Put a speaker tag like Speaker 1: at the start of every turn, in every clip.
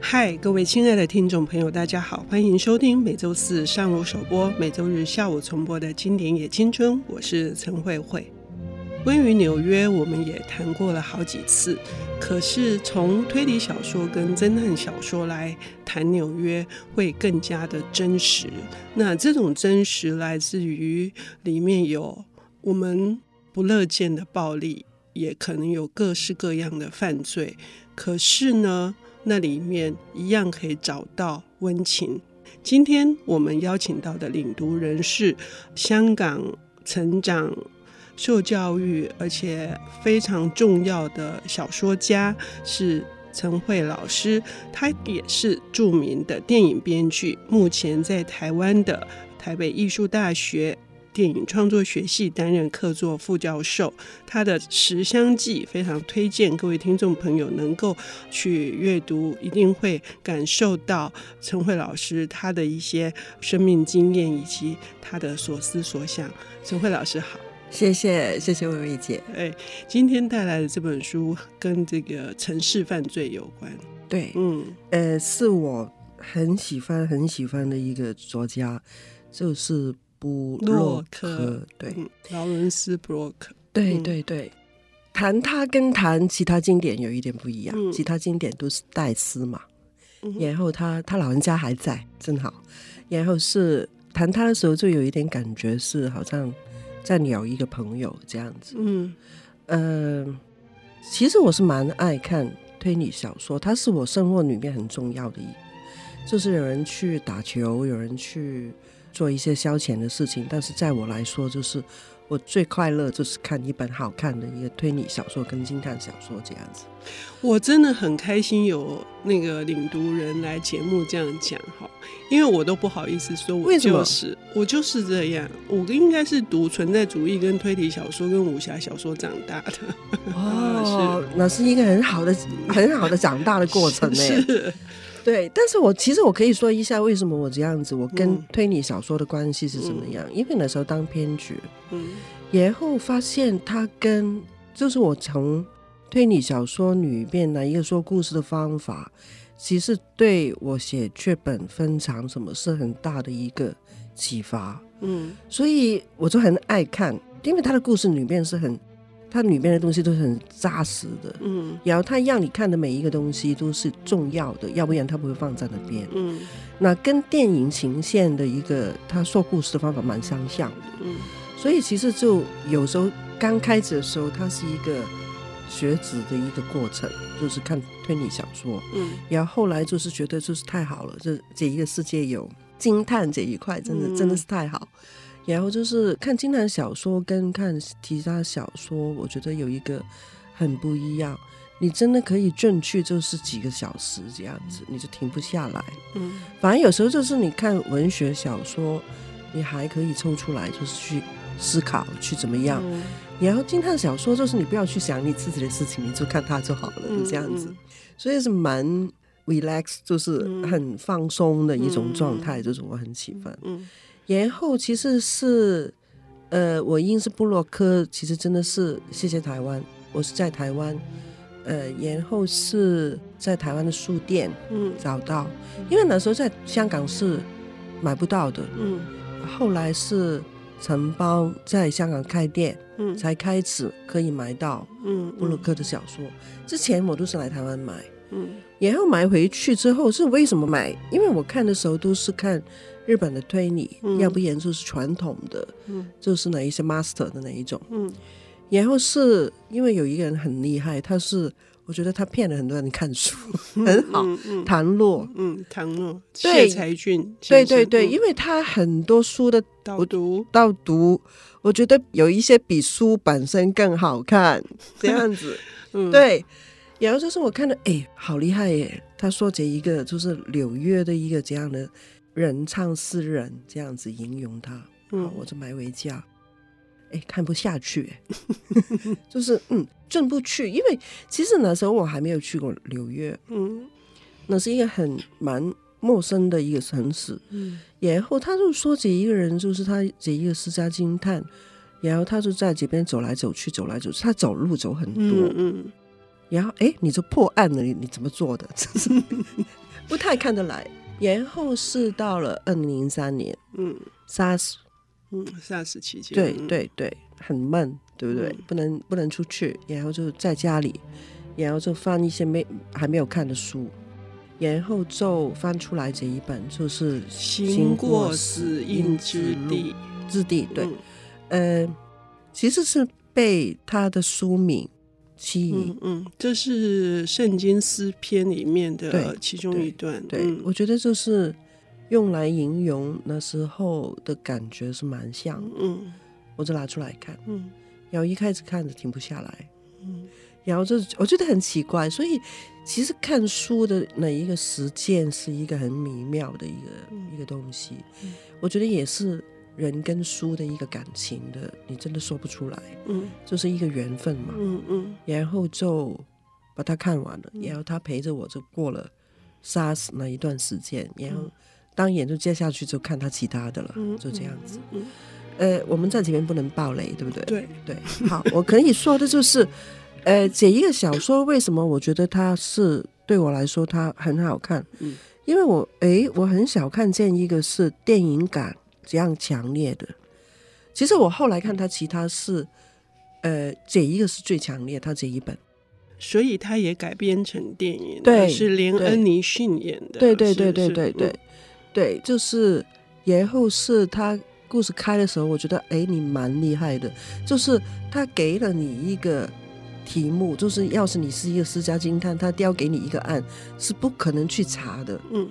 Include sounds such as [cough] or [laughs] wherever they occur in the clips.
Speaker 1: 嗨，各位亲爱的听众朋友，大家好，欢迎收听每周四上午首播、每周日下午重播的经典也青春，我是陈慧慧。关于纽约，我们也谈过了好几次，可是从推理小说跟侦探小说来谈纽约，会更加的真实。那这种真实来自于里面有我们不乐见的暴力，也可能有各式各样的犯罪，可是呢，那里面一样可以找到温情。今天我们邀请到的领读人是香港成长、受教育，而且非常重要的小说家是陈慧老师，他也是著名的电影编剧，目前在台湾的台北艺术大学。电影创作学系担任客座副教授，他的《十香记》非常推荐各位听众朋友能够去阅读，一定会感受到陈慧老师他的一些生命经验以及他的所思所想。陈慧老师好。
Speaker 2: 谢谢谢谢薇薇姐，
Speaker 1: 哎，今天带来的这本书跟这个城市犯罪有关。
Speaker 2: 对，
Speaker 1: 嗯，
Speaker 2: 呃，是我很喜欢很喜欢的一个作家，就是布洛克，对
Speaker 1: 嗯劳伦斯·布洛克。
Speaker 2: 对
Speaker 1: 嗯
Speaker 2: 对对，谈他跟谈其他经典有一点不一样，
Speaker 1: 嗯
Speaker 2: 其他经典都是戴斯嘛，
Speaker 1: 嗯哼
Speaker 2: 然后他他老人家还在，真好，然后是谈他的时候就有一点感觉是好像在聊一个朋友这样子，
Speaker 1: 嗯
Speaker 2: 呃，其实我是蛮爱看推理小说，它是我生活里面很重要的一，就是有人去打球，有人去做一些消遣的事情，但是在我来说，就是我最快乐就是看一本好看的一个推理小说跟侦探小说这样子。
Speaker 1: 我真的很开心有那个领读人来节目这样讲哈，因为我都不好意思说，我
Speaker 2: 为什么
Speaker 1: 就是我就是这样，我应该是读存在主义跟推理小说跟武侠小说长大的哦，
Speaker 2: 那是一个很好的、很好的长大的过程
Speaker 1: [laughs]
Speaker 2: 呢、
Speaker 1: 是
Speaker 2: 对，但是我其实我可以说一下为什么我这样子，我跟
Speaker 1: 嗯
Speaker 2: 推理小说的关系是怎么样？因为那时候当编剧，
Speaker 1: 嗯
Speaker 2: 然后发现它跟就是我从推理小说里面的一个说故事的方法，其实对我写剧本分场什么是很大的一个启发，
Speaker 1: 嗯
Speaker 2: 所以我就很爱看，因为它的故事里面是很，它里面的东西都是很扎实的，
Speaker 1: 嗯
Speaker 2: 然后它让你看的每一个东西都是重要的，要不然它不会放在那边。
Speaker 1: 嗯
Speaker 2: 那跟电影情线的一个他说故事的方法蛮相像的。
Speaker 1: 嗯
Speaker 2: 所以其实就有时候刚开始的时候，它是一个学子的一个过程，就是看推理小说，
Speaker 1: 嗯，
Speaker 2: 然后后来就是觉得就是太好了，这这一个世界有惊叹这一块，真的、
Speaker 1: 嗯
Speaker 2: 真的是太好。然后就是看惊叹小说跟看其他小说，我觉得有一个很不一样。你真的可以进去就是几个小时这样子，你就停不下来。
Speaker 1: 嗯
Speaker 2: 反正有时候就是你看文学小说，你还可以抽出来，就是去思考，去怎么样。
Speaker 1: 嗯
Speaker 2: 然后侦探小说就是你不要去想你自己的事情，你就看它就好了，就这样子。
Speaker 1: 嗯
Speaker 2: 所以是蛮 relax，就是
Speaker 1: 嗯
Speaker 2: 很放松的一种状态，
Speaker 1: 嗯
Speaker 2: 这种我很喜欢。
Speaker 1: 嗯
Speaker 2: 然后其实是，呃，我认识布洛克，其实真的是谢谢台湾，我是在台湾，呃，然后是在台湾的书店。
Speaker 1: 嗯
Speaker 2: 找到，因为那时候在香港是买不到的，
Speaker 1: 嗯
Speaker 2: 后来是承包在香港开店，
Speaker 1: 嗯
Speaker 2: 才开始可以买到
Speaker 1: 嗯
Speaker 2: 布鲁克的小说。之前我都是来台湾买，
Speaker 1: 嗯
Speaker 2: 然后买回去之后是为什么买？因为我看的时候都是看日本的推理，
Speaker 1: 嗯
Speaker 2: 要不然就是传统的，
Speaker 1: 嗯
Speaker 2: 就是哪一些 master 的那一种。
Speaker 1: 嗯
Speaker 2: 然后是因为有一个人很厉害，他是我觉得他骗了很多人看
Speaker 1: [laughs]
Speaker 2: 书，很好，
Speaker 1: 嗯
Speaker 2: 谭洛。
Speaker 1: 嗯唐诺谢
Speaker 2: 对
Speaker 1: 才俊
Speaker 2: 对
Speaker 1: 先生
Speaker 2: 对对，
Speaker 1: 嗯
Speaker 2: 因为他很多书的
Speaker 1: 导读
Speaker 2: 导读，我觉得有一些比书本身更好看，这样子。
Speaker 1: [laughs] 嗯
Speaker 2: 对，然后就是我看到，哎，好厉害耶！他说这一个就是纽约的一个这样的人唱诗人，这样子形容他，哦
Speaker 1: 嗯
Speaker 2: 好我就买回家。哎，看不下去
Speaker 1: [laughs]
Speaker 2: 耶，就是嗯，进不去，因为其实那时候我还没有去过纽约，
Speaker 1: 嗯
Speaker 2: 那是一个很蛮陌生的一个城市。
Speaker 1: 嗯
Speaker 2: 然后他就说这一个人就是他这一个私家侦探，然后他就在这边走来走去，走来走去，他走路走很多，
Speaker 1: 嗯嗯
Speaker 2: 然后哎，诶你就破案了，你你怎么做的？就是 [laughs] 不太看得来。然后是到了二零零三年
Speaker 1: 嗯
Speaker 2: SARS，
Speaker 1: 嗯，SARS 期间，
Speaker 2: 对
Speaker 1: 嗯，
Speaker 2: 对对，很闷，对不对？
Speaker 1: 嗯
Speaker 2: 不能不能出去，然后就在家里，然后就翻一些没还没有看的书，然后就翻出来这一本，就是《
Speaker 1: 行过死荫之地，
Speaker 2: 之地》对，
Speaker 1: 嗯
Speaker 2: 呃，其实是被他的书名吸引。
Speaker 1: 嗯嗯，这是圣经诗篇里面的
Speaker 2: 对
Speaker 1: 其中一段，
Speaker 2: 对，
Speaker 1: 嗯
Speaker 2: 我觉得就是用来形容那时候的感觉是蛮像的，
Speaker 1: 嗯
Speaker 2: 我就拿出来看，
Speaker 1: 嗯
Speaker 2: 然后一开始看着停不下来，
Speaker 1: 嗯
Speaker 2: 然后就我觉得很奇怪，所以其实看书的那一个实践是一个很美妙的一个、
Speaker 1: 嗯
Speaker 2: 一个东西，
Speaker 1: 嗯
Speaker 2: 我觉得也是人跟书的一个感情的，你真的说不出来，
Speaker 1: 嗯
Speaker 2: 就是一个缘分嘛，
Speaker 1: 嗯嗯
Speaker 2: 然后就把它看完了，
Speaker 1: 嗯
Speaker 2: 然后他陪着我就过了 SARS 那一段时间，然后
Speaker 1: 嗯
Speaker 2: 当然就接下去就看他其他的了，
Speaker 1: 嗯，
Speaker 2: 就这样子。
Speaker 1: 嗯，
Speaker 2: 呃，我们在前面不能爆雷，对不对？
Speaker 1: 对，
Speaker 2: 对，好，我可以说的就是，呃，这一个小说为什么我觉得它是对我来说它很好看，
Speaker 1: 嗯
Speaker 2: 因为我诶，我很少看见一个是电影感这样强烈的。其实我后来看它其他是，呃，这一个是最强烈，它这一本。
Speaker 1: 所以他也改编成电影了，
Speaker 2: 对
Speaker 1: 是连
Speaker 2: 对
Speaker 1: 恩妮逊演的，
Speaker 2: 对
Speaker 1: 是
Speaker 2: 对对对
Speaker 1: 是
Speaker 2: 对
Speaker 1: 嗯
Speaker 2: 对对，就是然后是他故事开的时候，我觉得哎，你蛮厉害的，就是他给了你一个题目，就是要是你是一个私家侦探，他刁给你一个案，是不可能去查的。
Speaker 1: 嗯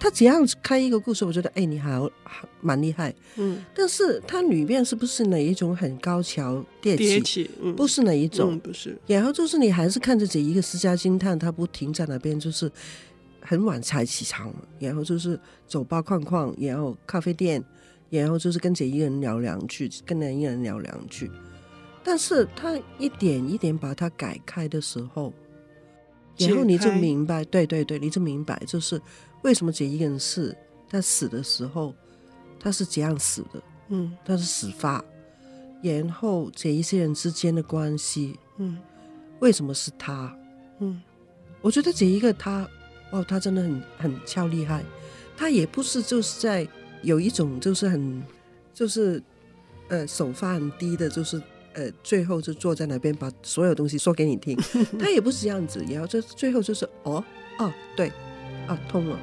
Speaker 2: 他只要开一个故事，我觉得哎，你好，好蛮厉害。
Speaker 1: 嗯，
Speaker 2: 但是它里面是不是哪一种很高桥迭
Speaker 1: 叠
Speaker 2: 起？
Speaker 1: 起，嗯，
Speaker 2: 不
Speaker 1: 是
Speaker 2: 是哪一种
Speaker 1: 嗯，，不是，
Speaker 2: 然后就是你还是看着这一个私家侦探，他不停在那边，就是很晚才起床，然后就是酒吧逛逛，然后咖啡店，然后就是跟这一个人聊两句，跟那一个人聊两句。但是他一点一点把它改开的时候，然后你
Speaker 1: 解
Speaker 2: 就
Speaker 1: 开
Speaker 2: 明白，对对对，你就明白，就是为什么这一个人是他死的时候，他是怎样死的，
Speaker 1: 嗯
Speaker 2: 他是死法，然后这一些人之间的关系，
Speaker 1: 嗯
Speaker 2: 为什么是他？
Speaker 1: 嗯
Speaker 2: 我觉得这一个他，哦，他真的很很超厉害。他也不是就是在有一种就是很就是呃手法很低的，就是呃最后就坐在那边把所有东西说给
Speaker 1: [laughs]
Speaker 2: 你听。他也不是这样子，然后就最后就是哦哦对啊通了，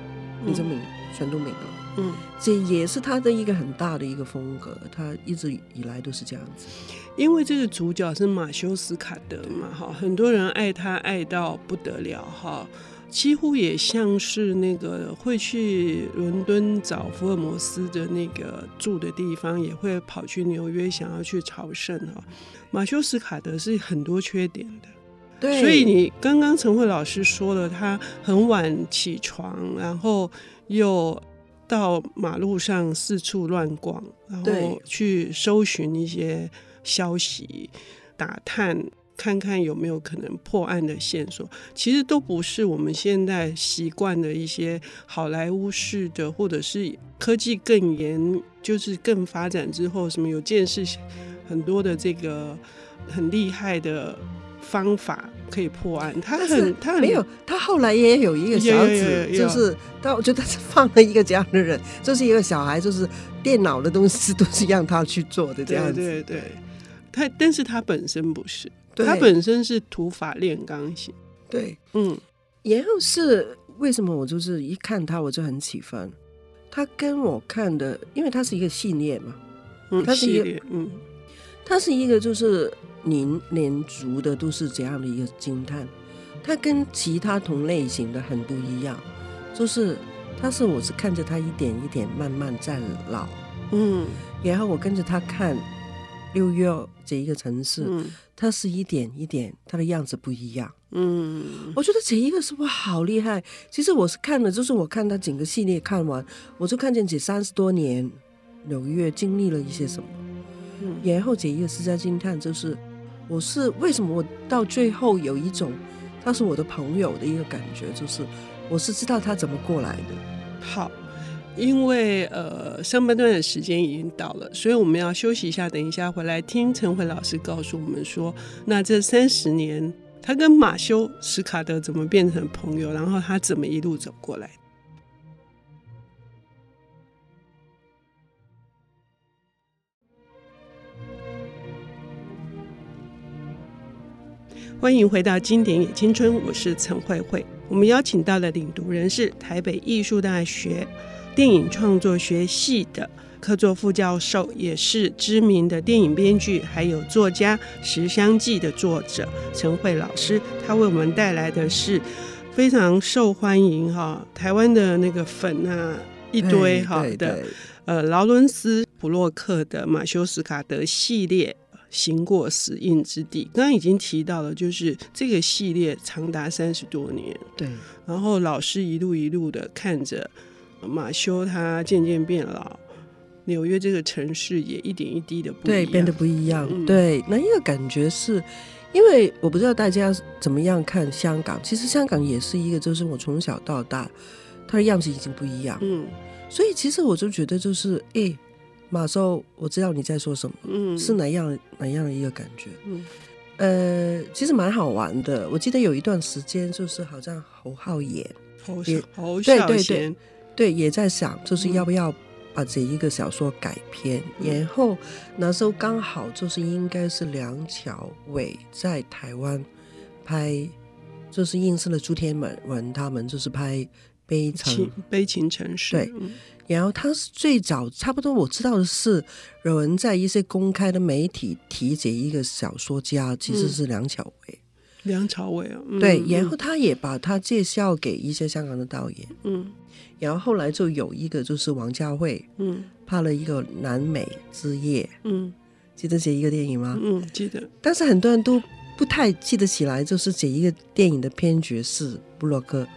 Speaker 2: 你就明、全都明了。
Speaker 1: 嗯。
Speaker 2: 这也是他的一个很大的一个风格，他一直以来都是这样子。
Speaker 1: 因为这个主角是马修斯卡德嘛，哈，很多人爱他爱到不得了，哈，几乎也像是那个会去伦敦找福尔摩斯的那个住的地方，也会跑去纽约想要去朝圣，哈。马修斯卡德是很多缺点的，
Speaker 2: 对，
Speaker 1: 所以你刚刚陈慧老师说了，他很晚起床，然后又到马路上四处乱逛，然后
Speaker 2: 对
Speaker 1: 去搜寻一些消息，打探看看有没有可能破案的线索。其实都不是我们现在习惯的一些好莱坞式的，或者是科技更严，就是更发展之后，什么有见识很多的这个很厉害的方法可以破案。他
Speaker 2: 但是
Speaker 1: 很他很
Speaker 2: 没有，他后来也有一个小
Speaker 1: 有有
Speaker 2: 子
Speaker 1: 有，有
Speaker 2: 就是，但我觉得他是放了一个这样的人，就是一个小孩，就是电脑的东西都是让他去做的这样
Speaker 1: 对对
Speaker 2: 子。
Speaker 1: 对，他但是他本身不是，
Speaker 2: 对
Speaker 1: 他本身是土法炼钢型。
Speaker 2: 对
Speaker 1: 嗯
Speaker 2: 然后是为什么我就是一看他我就很喜欢，他跟我看的，因为他是一个系列嘛，
Speaker 1: 嗯，
Speaker 2: 他是一
Speaker 1: 系
Speaker 2: 个
Speaker 1: 列嗯
Speaker 2: 他是一个就是连连族的都是这样的一个惊叹，他跟其他同类型的很不一样，就是他是我是看着他一点一点慢慢在老。
Speaker 1: 嗯
Speaker 2: 然后我跟着他看六月这一个城市，
Speaker 1: 嗯
Speaker 2: 它是一点一点，它的样子不一样。
Speaker 1: 嗯
Speaker 2: 我觉得这一个是我好厉害。其实我是看了，就是我看他整个系列看完，我就看见这三十多年纽约经历了一些什么。
Speaker 1: 嗯
Speaker 2: 然后这一个私家侦探就是，我是为什么我到最后有一种他是我的朋友的一个感觉，就是我是知道他怎么过来的。
Speaker 1: 好。因为呃，上半段的时间已经到了，所以我们要休息一下，等一下回来听陈慧老师告诉我们说，那这三十年他跟马修·史卡德怎么变成朋友，然后他怎么一路走过来的。欢迎回到《经典也青春》，我是陈慧慧。我们邀请到的领读人是台北艺术大学电影创作学系的客座副教授，也是知名的电影编剧，还有作家《十香记》的作者陈慧老师。他为我们带来的是非常受欢迎哈、台湾的那个粉啊一堆哈
Speaker 2: 对
Speaker 1: 的
Speaker 2: 对
Speaker 1: 呃，劳伦斯·布洛克的马修·斯卡德系列《行过死荫之地》，刚刚已经提到了，就是这个系列长达三十多年，
Speaker 2: 对
Speaker 1: 然后老师一路一路的看着马修他渐渐变老，纽约这个城市也一点一滴的不一
Speaker 2: 对，
Speaker 1: 样
Speaker 2: 变得不一样。
Speaker 1: 嗯
Speaker 2: 对，那一个感觉是，因为我不知道大家怎么样看香港，其实香港也是一个，就是我从小到大，它的样子已经不一样。
Speaker 1: 嗯
Speaker 2: 所以其实我就觉得，就是诶，马修，我知道你在说什么，
Speaker 1: 嗯
Speaker 2: 是哪样哪样的一个感觉。
Speaker 1: 嗯
Speaker 2: 呃，其实蛮好玩的。我记得有一段时间，就是好像侯浩也
Speaker 1: 侯
Speaker 2: 也
Speaker 1: 侯
Speaker 2: 对
Speaker 1: 孝
Speaker 2: 对
Speaker 1: 贤
Speaker 2: 对，也在想，就是
Speaker 1: 嗯
Speaker 2: 要不要把这一个小说改编。
Speaker 1: 嗯
Speaker 2: 然后那时候刚好就是应该是梁朝伟在台湾拍，就是映射了朱天文他们，就是拍《悲惨》。
Speaker 1: 情悲情城市
Speaker 2: 对
Speaker 1: 嗯
Speaker 2: 然后他是最早，差不多我知道的是，有人在一些公开的媒体提及一个小说家，其实
Speaker 1: 嗯
Speaker 2: 是梁朝伟。
Speaker 1: 梁朝伟啊，嗯
Speaker 2: 对，
Speaker 1: 嗯
Speaker 2: 然后他也把他介绍给一些香港的导演。
Speaker 1: 嗯
Speaker 2: 然后后来就有一个就是王家卫。
Speaker 1: 嗯
Speaker 2: 拍了一个南美之夜，
Speaker 1: 嗯
Speaker 2: 记得这一个电影吗？
Speaker 1: 嗯，记得
Speaker 2: 但是很多人都不太记得起来，就是这一个电影的编剧是布洛克。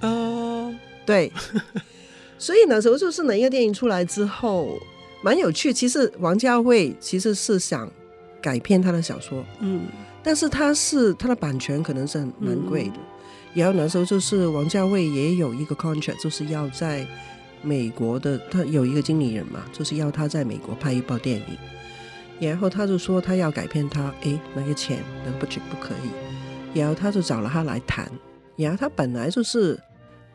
Speaker 1: 哦，
Speaker 2: 对， [laughs] 所以那时候就是哪一个电影出来之后，蛮有趣。其实王家卫其实是想改编他的小说，
Speaker 1: 嗯
Speaker 2: 但是他是他的版权可能是很蛮贵的。然后那时候就是王家卫也有一个 contract，就是要在美国的，他有一个经理人嘛，就是要他在美国拍一部电影。然后他就说他要改变他，诶，那个钱能不不可以？然后他就找了他来谈。然后他本来就是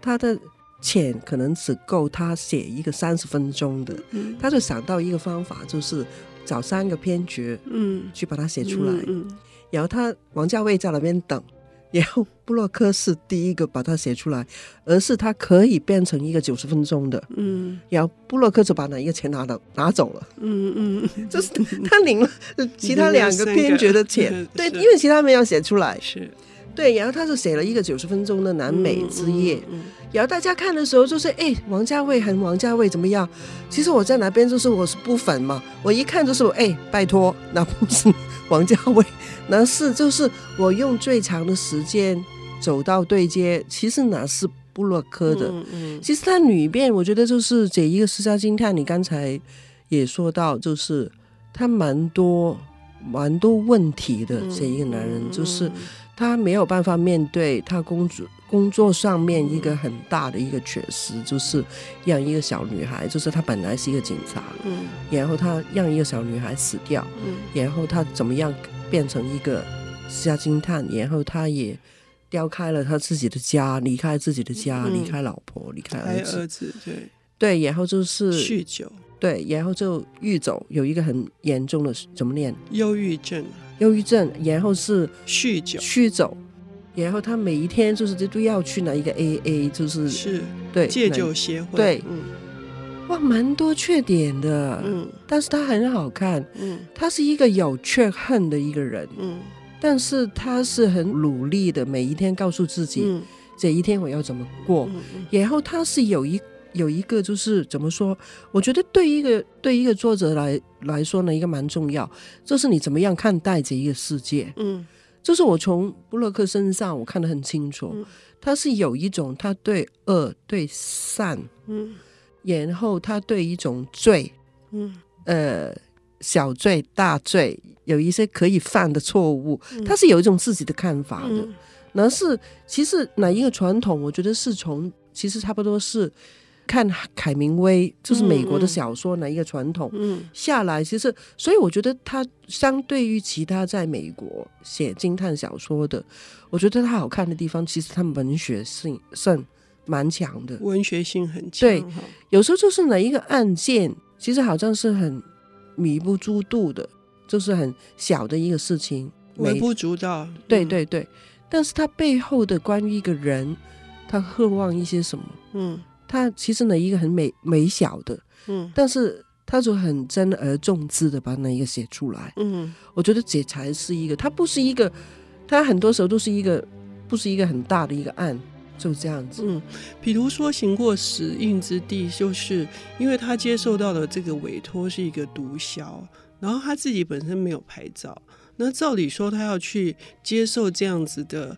Speaker 2: 他的钱可能只够他写一个三十分钟的，
Speaker 1: 嗯
Speaker 2: 他就想到一个方法，就是找三个编剧
Speaker 1: 嗯
Speaker 2: 去把它写出来。
Speaker 1: 嗯嗯
Speaker 2: 然后他王家卫在那边等，然后布洛克是第一个把它写出来，而是它可以变成一个九十分钟的，
Speaker 1: 嗯
Speaker 2: 然后布洛克就把哪一个钱拿到拿
Speaker 1: [laughs]
Speaker 2: 走了，
Speaker 1: 嗯嗯，
Speaker 2: 就是他领了呃其他两个编剧的钱
Speaker 1: 嗯，
Speaker 2: 对，
Speaker 1: [laughs] 是
Speaker 2: 因为其他没有写出来，
Speaker 1: 是
Speaker 2: 对，然后他就写了一个九十分钟的南美之夜，，
Speaker 1: 嗯
Speaker 2: 然后大家看的时候就是，哎，王家卫很王家卫怎么样？其实我在哪边就是我是不粉嘛，我一看就是我，哎，拜托，那不是王家卫，那是就是我用最长的时间走到对接，其实那是布洛克的。
Speaker 1: 嗯嗯
Speaker 2: 其实它里边我觉得就是这一个《私家侦探》，你刚才也说到，就是他蛮多蛮多问题的
Speaker 1: 嗯，
Speaker 2: 这一个男人
Speaker 1: 嗯
Speaker 2: 就是。
Speaker 1: 嗯
Speaker 2: 他没有办法面对他工作工作上面一个很大的一个缺失，就是让一个小女孩，就是她本来是一个警察，
Speaker 1: 嗯
Speaker 2: 然后她让一个小女孩死掉，
Speaker 1: 嗯
Speaker 2: 然后她怎么样变成一个私家侦探，然后她也调开了她自己的家，离开自己的家，
Speaker 1: 嗯
Speaker 2: 离开老婆，离开
Speaker 1: 还
Speaker 2: 儿
Speaker 1: 有呃
Speaker 2: 子，
Speaker 1: 儿子对
Speaker 2: 对，然后就是
Speaker 1: 酗酒、
Speaker 2: 对，然后就狱走，有一个很严重的怎么念，
Speaker 1: 忧郁症、
Speaker 2: 忧郁症，然后是
Speaker 1: 酗酒
Speaker 2: 去走，然后他每一天就是都要去拿一个 AA，就是
Speaker 1: 嗯是嗯
Speaker 2: 对
Speaker 1: 戒
Speaker 2: 拿
Speaker 1: 酒协会
Speaker 2: 对
Speaker 1: 嗯
Speaker 2: 哇，蛮多缺点的，
Speaker 1: 嗯
Speaker 2: 但是他很好看，
Speaker 1: 嗯
Speaker 2: 他是一个有缺恨的一个人，
Speaker 1: 嗯
Speaker 2: 但是他是很努力的，每一天告诉自己、
Speaker 1: 嗯
Speaker 2: 这一天我要怎么过，
Speaker 1: 嗯嗯
Speaker 2: 然后他是有一。有一个就是怎么说？我觉得对一个对一个作者来来说呢，一个蛮重要，就是你怎么样看待这一个世界。
Speaker 1: 嗯
Speaker 2: 就是我从布洛克身上我看得很清楚，
Speaker 1: 嗯
Speaker 2: 他是有一种他对恶、对善，
Speaker 1: 嗯
Speaker 2: 然后他对一种罪，
Speaker 1: 嗯
Speaker 2: 呃，小罪、大罪，有一些可以犯的错误，
Speaker 1: 嗯
Speaker 2: 他是有一种自己的看法的。
Speaker 1: 嗯
Speaker 2: 那是其实哪一个传统，我觉得是从其实差不多是看凯明威，就是美国的小说哪一个传统。
Speaker 1: 嗯
Speaker 2: 下来，其实，所以我觉得他呃相对于其他在美国写侦探小说的，我觉得他好看的地方，其实他文学性性蛮强的。
Speaker 1: 文学性很强
Speaker 2: 对
Speaker 1: 哈
Speaker 2: 有时候就是哪一个案件，其实好像是很弥不诸度的，就是很小的一个事情，
Speaker 1: 微
Speaker 2: 每
Speaker 1: 不足道。
Speaker 2: 对
Speaker 1: 嗯，
Speaker 2: 对对，但是它背后的关于一个人，他渴望一些什么，
Speaker 1: 嗯
Speaker 2: 他其实呢一个很美美小的，
Speaker 1: 嗯
Speaker 2: 但是他就很真而重之的把那一个写出来。
Speaker 1: 嗯
Speaker 2: 我觉得这才是一个，它不是一个，它很多时候都是一个，不是一个很大的一个案，就这样子。
Speaker 1: 嗯，比如说行过死印之地，就是因为他接受到的这个委托是一个毒枭，然后他自己本身没有牌照，那照理说他要去接受这样子的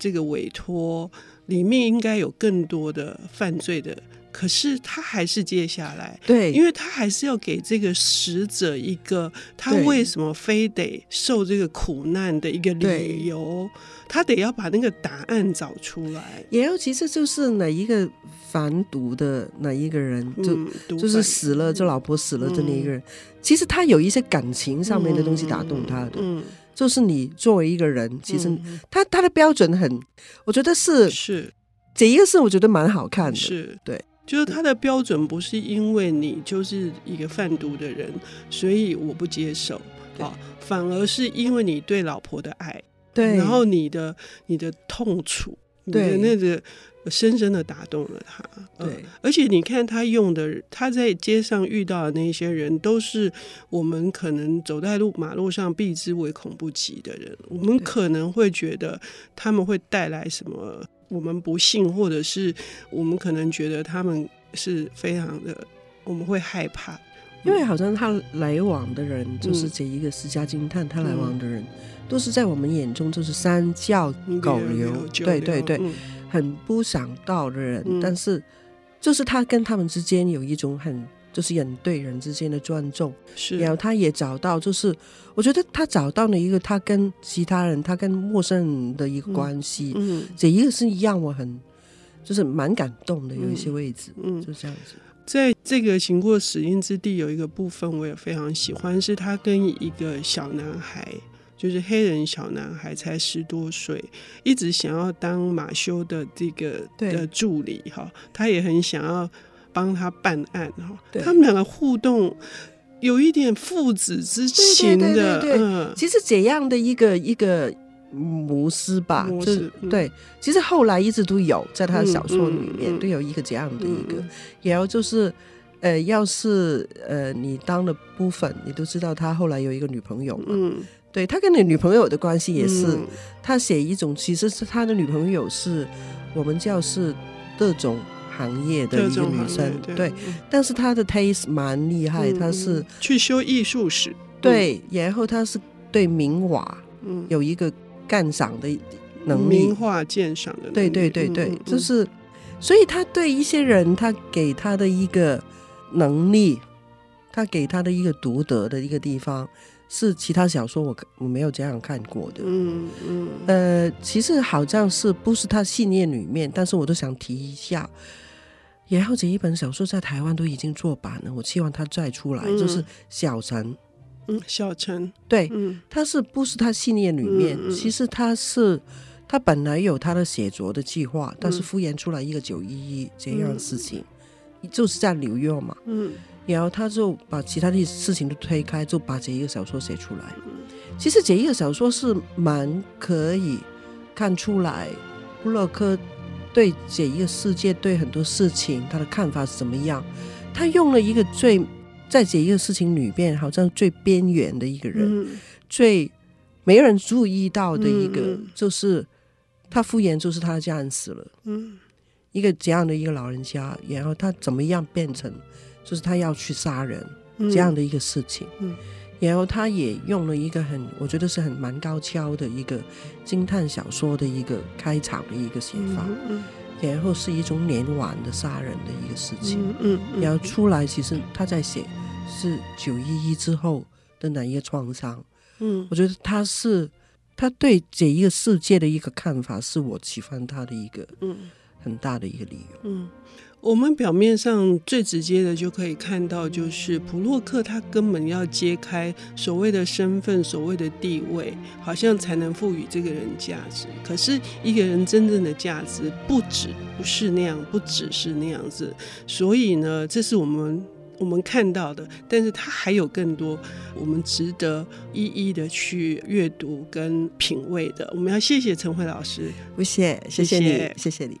Speaker 1: 这个委托，里面应该有更多的犯罪的，可是他还是接下来，
Speaker 2: 对，
Speaker 1: 因
Speaker 2: 为
Speaker 1: 为他还是要给这个死者一个他
Speaker 2: 对
Speaker 1: 为什么非得受这个苦难的一个
Speaker 2: 对
Speaker 1: 理由，他得要把那个答案找出来。
Speaker 2: 也要其实就是哪一个贩毒的哪一个人，就、
Speaker 1: 嗯，毒
Speaker 2: 就是
Speaker 1: 贩
Speaker 2: 死了，就老婆死了的那一个
Speaker 1: 嗯
Speaker 2: 人，其实他有一些感情上面的东西打动他的，
Speaker 1: 嗯，
Speaker 2: 就是你作为一个人，其实
Speaker 1: 嗯
Speaker 2: 他他的标准很，我觉得是
Speaker 1: 是
Speaker 2: 这一个是我觉得蛮好看的，
Speaker 1: 是，
Speaker 2: 对。
Speaker 1: 就是他的标准不是因为你就是一个贩毒的人，所以我不接受
Speaker 2: 对
Speaker 1: 啊，反而是因为你对老婆的爱，
Speaker 2: 对，
Speaker 1: 然后你的你的痛楚，你的
Speaker 2: 对
Speaker 1: 那个深深的打动了他。嗯
Speaker 2: 对
Speaker 1: 而且你看他用的，他在街上遇到的那些人，都是我们可能走在路马路上避之唯恐不及的人。我们
Speaker 2: 对
Speaker 1: 可能会觉得他们会带来什么我们不幸，或者是我们可能觉得他们是非常的，我们会害怕。
Speaker 2: 因为好像他来往的人，就是
Speaker 1: 嗯
Speaker 2: 这一个私家侦探，他来往的人、都是在我们眼中就是三教狗流，
Speaker 1: 九
Speaker 2: 对对
Speaker 1: 流
Speaker 2: 对，
Speaker 1: 嗯
Speaker 2: 很不想到的人，
Speaker 1: 嗯
Speaker 2: 但是就是他跟他们之间有一种很。就是人对人之间的尊重，
Speaker 1: 是
Speaker 2: 然后他也找到，就是我觉得他找到了一个他跟其他人、他跟陌生人的一
Speaker 1: 嗯
Speaker 2: 个关系，
Speaker 1: 嗯
Speaker 2: 这一个是让我很就是蛮感动的，有一些
Speaker 1: 嗯
Speaker 2: 位置、
Speaker 1: 嗯，
Speaker 2: 就这样子。
Speaker 1: 在这个行过死荫之地，有一个部分我也非常喜欢，是他跟一个小男孩，就是黑人小男孩，才十多岁，一直想要当马修的这个
Speaker 2: 对
Speaker 1: 的助理哈，他也很想要帮他办案哈，
Speaker 2: 对
Speaker 1: 他们两个互动有一点父子之情的，
Speaker 2: 对对对对对
Speaker 1: 嗯，
Speaker 2: 其实这样的一个一个模式吧，
Speaker 1: 模
Speaker 2: 就
Speaker 1: 式
Speaker 2: 是
Speaker 1: 嗯
Speaker 2: 对，其实后来一直都有在他的小说里
Speaker 1: 嗯嗯
Speaker 2: 面
Speaker 1: 嗯
Speaker 2: 都有一个这样的一个
Speaker 1: 嗯，
Speaker 2: 然后就是。呃，要是呃，你当了部分，你都知道他后来有一个女朋友嘛？
Speaker 1: 嗯，
Speaker 2: 对他跟你女朋友的关系也是，
Speaker 1: 嗯
Speaker 2: 他写一种其实是他的女朋友是我们叫是各种行业的
Speaker 1: 各
Speaker 2: 一个
Speaker 1: 种
Speaker 2: 女
Speaker 1: 行
Speaker 2: 生
Speaker 1: 业，对
Speaker 2: 对，，但是他的 taste 蛮厉害，
Speaker 1: 嗯
Speaker 2: 他是、
Speaker 1: 嗯去修艺术史，
Speaker 2: 对，然后他是对明瓦，
Speaker 1: 嗯，
Speaker 2: 有一个干赏的能力
Speaker 1: 名。画鉴赏的能力，
Speaker 2: 对对对
Speaker 1: 嗯
Speaker 2: 对
Speaker 1: 嗯，
Speaker 2: 就
Speaker 1: 嗯
Speaker 2: 是，所以他对一些人，他给他的一个能力，他给他的一个独得的一个地方，是其他小说我我没有这样看过的。
Speaker 1: 嗯嗯。
Speaker 2: 呃，其实好像是不是他信念里面，但是我都想提一下。然后这一本小说在台湾都已经做版了，我希望它再出来，就是
Speaker 1: 嗯
Speaker 2: 小城。
Speaker 1: 嗯，小陈，
Speaker 2: 对，
Speaker 1: 嗯
Speaker 2: 他是不是他信念里面，
Speaker 1: 嗯嗯
Speaker 2: 其实他是他本来有他的写作的计划，但是
Speaker 1: 嗯
Speaker 2: 敷衍出来一个九一一这样的事情，就是在纽约嘛，
Speaker 1: 嗯
Speaker 2: 然后他就把其他的事情都推开，就把这一个小说写出
Speaker 1: 嗯
Speaker 2: 来。其实这一个小说是蛮可以看出来布洛克对这一个世界、对很多事情他的看法是怎么样。他用了一个最在这一个事情里边好像最边缘的一个人，
Speaker 1: 嗯
Speaker 2: 最没人注意到的一个，
Speaker 1: 嗯嗯
Speaker 2: 就是他敷衍，就是他的家人死了，
Speaker 1: 嗯
Speaker 2: 一个这样的一个老人家，然后他怎么样变成，就是他要去杀人
Speaker 1: 嗯，
Speaker 2: 这样的一个事情。
Speaker 1: 嗯
Speaker 2: 然后他也用了一个很，我觉得是很蛮高超的一个侦探小说的一个开场的一个写法，
Speaker 1: 嗯
Speaker 2: 然后是一种连环的杀人的一个事情。
Speaker 1: 嗯嗯嗯，
Speaker 2: 然后出来，其实他在写是九一一之后的哪一个创伤，
Speaker 1: 嗯
Speaker 2: 我觉得他是他对这一个世界的一个看法，是我喜欢他的一个
Speaker 1: 嗯
Speaker 2: 很大的一个理由。
Speaker 1: 嗯。我们表面上最直接的就可以看到，就是普洛克他根本要揭开所谓的身份、所谓的地位，好像才能赋予这个人价值。可是一个人真正的价值不止不是那样，不只是那样子。所以呢，这是我们我们看到的，但是它还有更多我们值得一一的去阅读跟品味的。我们要谢谢陈慧老师，
Speaker 2: 不谢，谢谢你，谢谢你。